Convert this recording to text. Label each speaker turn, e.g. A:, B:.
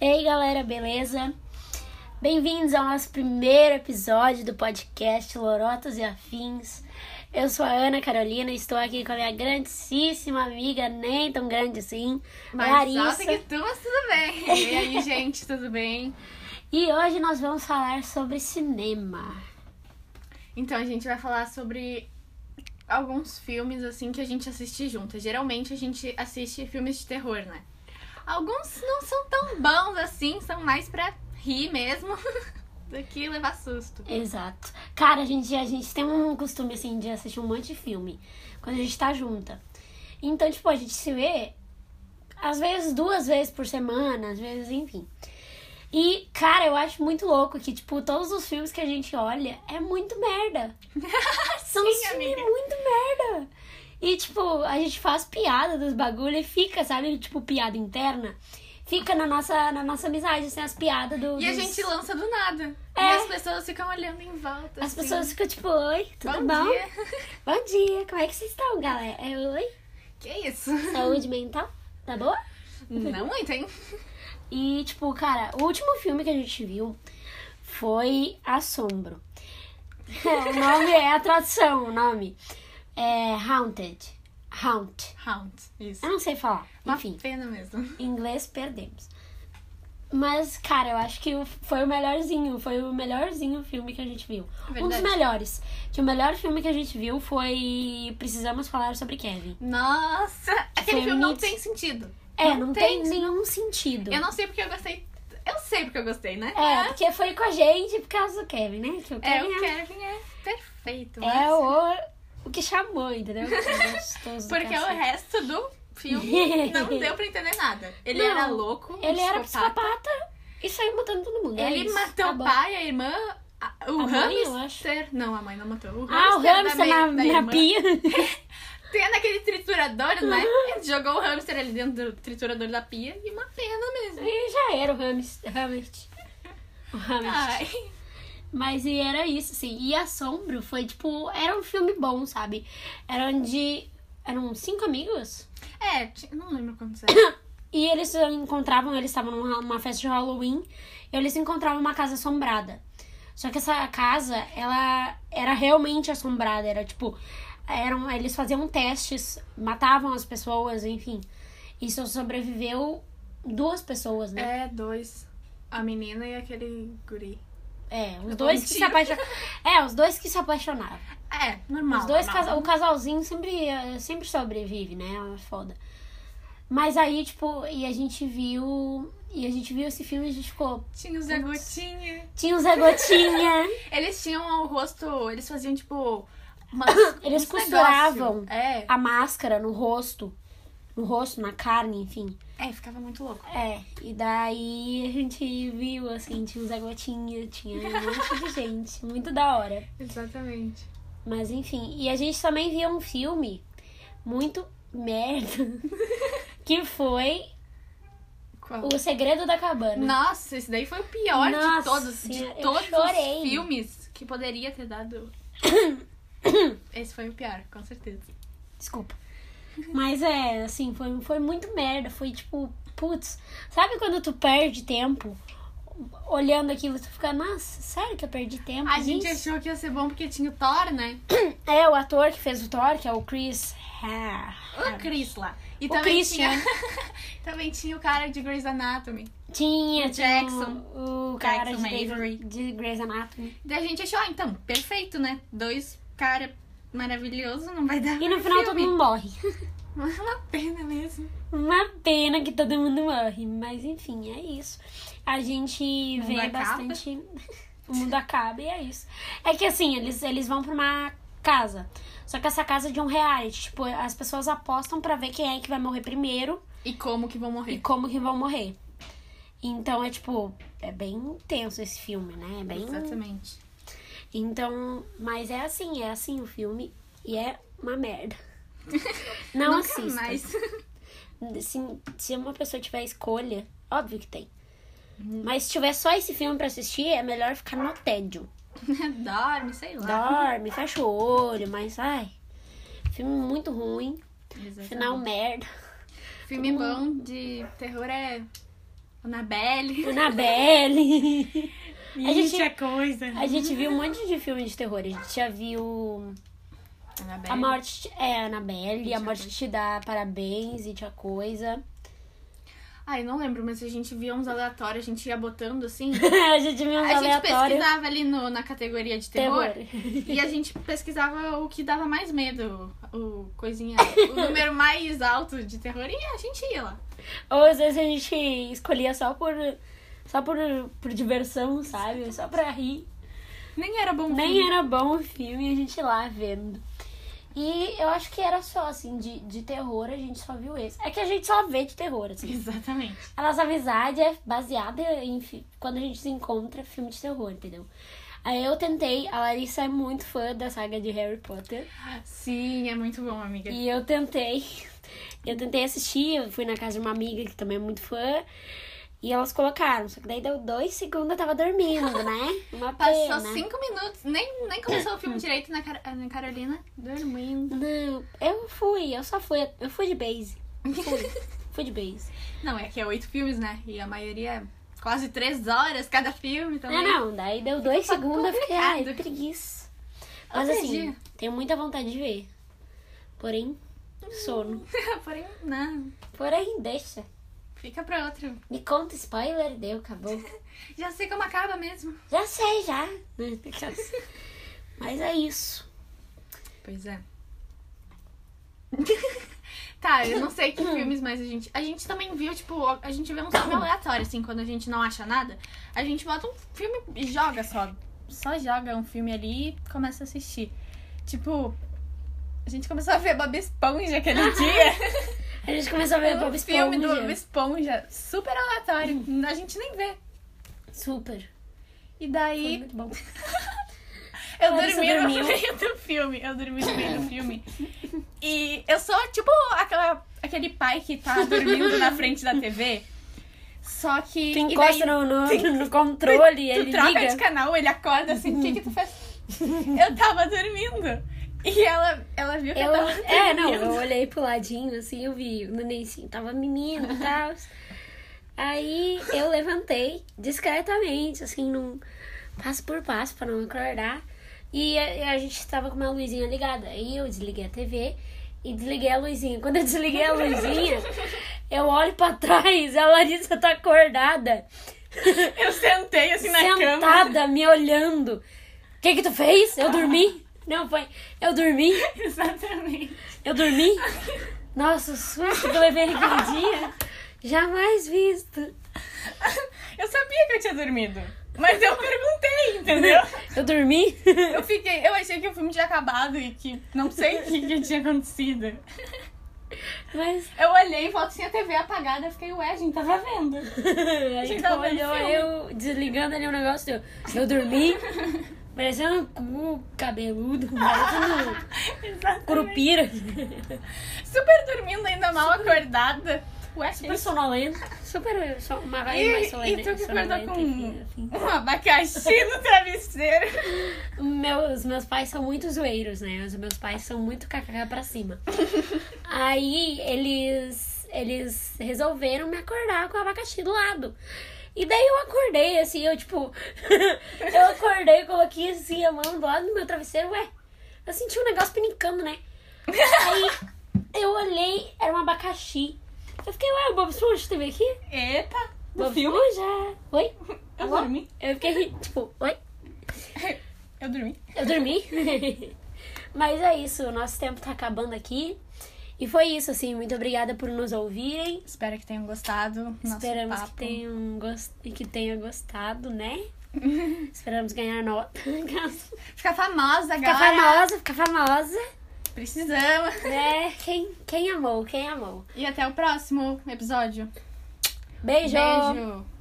A: Ei galera, beleza? Bem-vindos ao nosso primeiro episódio do podcast Lorotas e Afins. Eu sou a Ana Carolina e estou aqui com a minha grandíssima amiga, nem tão grande assim,
B: Mas alta
A: Larissa.
B: que tu, mas tudo bem. E aí, gente, tudo bem?
A: E hoje nós vamos falar sobre cinema.
B: Então, a gente vai falar sobre alguns filmes, assim, que a gente assiste junto. Geralmente, a gente assiste filmes de terror, né? Alguns não são tão bons assim, são mais pra rir mesmo do que levar susto.
A: Exato. Cara, a gente, a gente tem um costume, assim, de assistir um monte de filme quando a gente tá junta. Então, tipo, a gente se vê às vezes duas vezes por semana, às vezes, enfim. E, cara, eu acho muito louco que, tipo, todos os filmes que a gente olha é muito merda. São uns
B: Sim,
A: filmes
B: amiga.
A: muito merda. E, tipo, a gente faz piada dos bagulho e fica, sabe, tipo, piada interna. Fica na nossa, na nossa amizade, assim, as piadas do.
B: E a
A: dos-
B: gente lança do nada. E
A: É.
B: as pessoas ficam olhando em volta.
A: As
B: assim.
A: pessoas ficam tipo, oi, tudo
B: Bom
A: bom?
B: dia.
A: Bom dia, como é que vocês estão, galera? É, Oi,
B: Que isso?
A: saúde mental? Tá boa?
B: Não muito, hein?
A: E, tipo, cara, o último filme que a gente viu foi Assombro. o nome é a tradução, o nome. É Haunted. Haunt.
B: Hound. Isso.
A: Eu não sei falar.
B: Uma
A: Enfim,
B: pena mesmo.
A: em inglês perdemos. Mas, cara, eu acho que o- foi o melhorzinho. Foi o melhorzinho filme que a gente viu. Um dos
B: É Verdade.
A: melhores. Que o melhor filme que a gente viu foi Precisamos Falar sobre Kevin.
B: Nossa! Aquele filme não
A: Feminist.
B: tem sentido.
A: É, não,
B: Não
A: tem,
B: tem
A: nenhum sentido.
B: Eu não sei porque eu gostei. Eu sei porque eu gostei, né?
A: É, porque foi com a gente por causa do Kevin, né? Que o
B: É, o
A: Kevin é,
B: Kevin é perfeito.
A: é
B: mas-
A: o, o que chamou, entendeu? Gostoso é assim. do
B: Porque é o
A: cacete.
B: resto do filme não deu pra entender nada. Ele
A: Não,
B: era louco, um
A: Ele era
B: psicopata.
A: psicopata e saiu matando todo mundo. é
B: Ele
A: isso,
B: matou o
A: acabou.
B: pai, a irmã, a- o
A: A mãe, eu
B: hamster. Não, a mãe não matou. O
A: Ah, o
B: da
A: hamster
B: mãe-
A: na,
B: da
A: na
B: irmã.
A: pia.
B: Tendo aquele triturador, né? Ele jogou o hamster ali dentro do triturador da pia e uma pena mesmo.
A: E já era o hamster. hamster. O hamster.
B: Ai.
A: Mas e era isso, assim. E Assombro foi, tipo, era um filme bom, sabe? Era onde... Eram cinco amigos?
B: É, ti- não lembro quantos é.
A: E eles se encontravam, eles estavam numa numa festa de Halloween, e eles se encontravam numa casa assombrada. Só que essa casa, ela era realmente assombrada, era tipo, eram, eles faziam testes, matavam as pessoas, enfim. E só sobreviveu duas pessoas, né?
B: É, dois. A menina e aquele guri.
A: É, os dois que se
B: Mentira.
A: apaixonaram. É, os dois que se apaixonaram.
B: É, normal.
A: Os dois,
B: normal.
A: casa- o casalzinho sempre, eh, sempre sobrevive, né? É Foda. Mas aí, tipo, e a gente viu. E a gente viu esse filme e a gente ficou.
B: Tinha o Zé Gotinha.
A: Tinha o Zé Gotinha.
B: Eles tinham o rosto, eles faziam tipo. Uma,
A: Eles
B: uns
A: costuravam.
B: negócio. É.
A: a máscara no rosto. No rosto, na carne, enfim.
B: É, ficava muito louco.
A: É. E daí a gente viu, assim, tinha o Zé Gotinha, tinha um monte de gente. Muito da hora.
B: Exatamente.
A: Mas enfim. E a gente também viu um filme muito merda. Que foi
B: Qual?
A: O Segredo da Cabana.
B: Nossa, esse daí foi o pior
A: Nossa,
B: de todos.
A: eu
B: De todos
A: chorei.
B: os filmes que poderia ter dado. esse foi o pior, com certeza.
A: Desculpa. Mas é, assim, foi, foi muito merda. Foi tipo, putz. Sabe quando tu perde tempo olhando aquilo, tu fica, nossa, sério que eu perdi tempo?
B: A gente
A: nisso?"
B: achou que ia ser bom porque tinha o Thor, né?
A: É, o ator que fez o Thor, que é o Chris. Ha-
B: O Chris lá. Ah, E
A: É. O
B: também
A: Christian.
B: tinha. também tinha o cara de Grey's Anatomy.
A: Tinha,
B: O
A: tinha
B: Jackson.
A: O, o cara
B: Jackson
A: de,
B: Avery.
A: de Grey's Anatomy.
B: Daí a gente achou, ah, então, perfeito, né? Dois caras maravilhosos, não vai dar
A: E no final todo
B: Ah, filme.
A: mundo morre.
B: Mas é uma pena mesmo.
A: Uma pena que todo mundo morre, mas enfim, é isso. A gente
B: mundo
A: vê
B: acaba.
A: bastante. o mundo acaba e é isso. É que assim, eles, eles vão pra uma casa. Só que essa casa é de um reality. Tipo, as pessoas apostam pra ver quem é que vai morrer primeiro
B: E como que vão
A: e
B: morrer?
A: como que vão morrer. Então é tipo, é bem intenso esse filme, né? É bem.
B: Exatamente.
A: Então, mas é assim, é assim o filme. E é uma merda. Não
B: Nunca
A: assista.
B: mais.
A: Se, se uma pessoa tiver escolha, óbvio que tem.
B: Uhum.
A: Mas se tiver só esse filme pra assistir, é melhor ficar no tédio.
B: né? Dorme, sei lá.
A: Dorme, fecha o olho, mas ai. Filme muito ruim,
B: Exatamente.
A: final merda.
B: Filme bom de terror é Annabelle.
A: Annabelle. a gente,
C: é coisa.
A: a gente viu um monte de filme de terror. A gente já viu
B: Annabelle.
A: A Morte. É, Annabelle.
B: Tinha
A: A Morte te dá parabéns e tinha coisa.
B: Ai, não lembro, mas a gente via uns aleatórios, a gente ia botando assim.
A: a gente viu uns
B: A gente
A: aleatórios.
B: pesquisava ali no, na categoria de terror,
A: Terror.
B: e a gente pesquisava o que dava mais medo, o coisinha, o número mais alto de terror e a gente ia lá.
A: Ou às vezes a gente escolhia só por. Só por, por diversão, sabe? Só pra rir.
B: Nem era bom
A: Nem
B: filme.
A: era bom o filme, a gente lá vendo. E eu acho que era só, assim, de, de terror a gente só viu esse. É que a gente só vê de terror, assim.
B: Exatamente.
A: A nossa amizade é baseada em fi- quando a gente se encontra filme de terror, entendeu? Aí eu tentei, a Larissa é muito fã da saga de Harry Potter.
B: Sim, é muito bom, amiga.
A: E eu tentei. Eu tentei assistir, eu fui na casa de uma amiga que também é muito fã. E elas colocaram, só que daí deu dois segundos, eu tava dormindo, né? Uma
B: Passou
A: pena.
B: cinco minutos, nem, nem começou o filme direito na, Car- na Carolina, dormindo.
A: Não, eu fui, eu só fui, eu fui de base. Fui, fui de base.
B: Não, é que é oito filmes, né? E a maioria é quase três horas cada filme também.
A: Ah, não, daí deu dois
B: Fica
A: segundos, eu fiquei, ai,
B: complicado.
A: preguiça.
B: Eu
A: Mas assim,
B: perdi.
A: tenho muita vontade de ver. Porém, sono.
B: Porém, não.
A: Porém, deixa.
B: Fica pra outro.
A: Me conta spoiler, deu, acabou.
B: Já sei como acaba mesmo.
A: Já sei, já. né? Aquelas- Mas é isso.
B: Pois é. tá, eu não sei que filmes mais a gente. A gente também viu, tipo, a gente vê uns filmes aleatórios, assim, quando a gente não acha nada. A gente bota um filme e joga só. Só joga um filme ali e começa a assistir. Tipo, a gente começou a ver Bob Esponja aquele dia.
A: A gente começou a ver o
B: um
A: Bob
B: filme do Bob
A: Esponja.
B: Esponja. Super aleatório. A gente nem vê.
A: Super.
B: E
A: Foi
B: daí
A: muito bom.
B: Eu
A: Larissa
B: dormi
A: dormiu.
B: no meio do filme. Eu dormi no meio do filme. E eu sou tipo aquela, aquele pai que tá dormindo na frente da TV. Só que.
A: Tu
B: e
A: encosta
B: daí
A: no, no, no controle,
B: tu
A: ele
B: troca
A: liga.
B: de canal, ele acorda assim, o que que tu fez? Eu tava dormindo. E ela, ela viu que eu,
A: Eu,
B: tava
A: é, não,
B: dormindo.
A: eu olhei pro ladinho, assim, eu vi o nenenzinho, tava menino e tal. Aí eu levantei discretamente, assim, num passo por passo, pra não acordar. E a, a gente tava com uma luzinha ligada. Aí eu desliguei a TV e desliguei a luzinha. Quando eu desliguei a luzinha, eu olho pra trás, a Larissa tá acordada,
B: Eu sentei assim na cama.
A: sentada, me olhando. O que que tu fez? Eu dormi? Não, foi. Eu dormi?
B: Exatamente.
A: Eu dormi? Nossa, o susto que eu levei aquele dia. Jamais visto.
B: Eu sabia que eu tinha dormido. Mas eu perguntei, entendeu?
A: Eu dormi?
B: Eu fiquei, eu achei que o filme tinha acabado e que não sei o que, que tinha acontecido.
A: Mas.
B: Eu olhei e volto assim, a TV apagada, eu fiquei, ué, a gente tava vendo.
A: Aí
B: gente
A: tu
B: tava vendo
A: olhou
B: filme.
A: eu desligando ali o negócio. Eu, eu dormi. Parecendo um cu cabeludo, parecendo
B: Exatamente.
A: curupira,
B: Super dormindo, ainda mal acordada. Ué, super
A: super
B: só
A: sonolento, super so, uma vibe
B: E-
A: mais solene.
B: e tu que acordou
A: sonolenta,
B: com-
A: enfim, assim. enfim.
B: um abacaxi no travesseiro.
A: Meus, meus pais são muito zoeiros, né? Os meus pais são muito kkk pra cima. Aí eles, eles resolveram me acordar com o abacaxi do lado. E daí eu acordei, assim, eu tipo. eu acordei, coloquei assim a mão do lado do meu travesseiro, ué. Eu senti um negócio pinicando, né? Aí eu olhei, era um abacaxi. Eu fiquei, ué, o Bob Esponja esteve aqui?
B: Eita, do
A: Bob
B: filme.
A: Esponja! Oi?
B: Eu
A: Alô?
B: dormi.
A: Eu fiquei, tipo, oi?
B: Eu dormi.
A: Eu dormi. Mas é isso, o nosso tempo tá acabando aqui. E foi isso, assim. Muito obrigada por nos ouvirem.
B: Espero que tenham gostado. do Nosso
A: Esperamos
B: papo.
A: que tenham gos- e que tenha gostado, né? Esperamos ganhar nota. Ficar
B: Ficar famosa agora.
A: famosa, ficar famosa.
B: Precisamos.
A: Né? Quem, quem amou, quem amou.
B: E até o próximo episódio.
A: Beijo!
B: Beijo.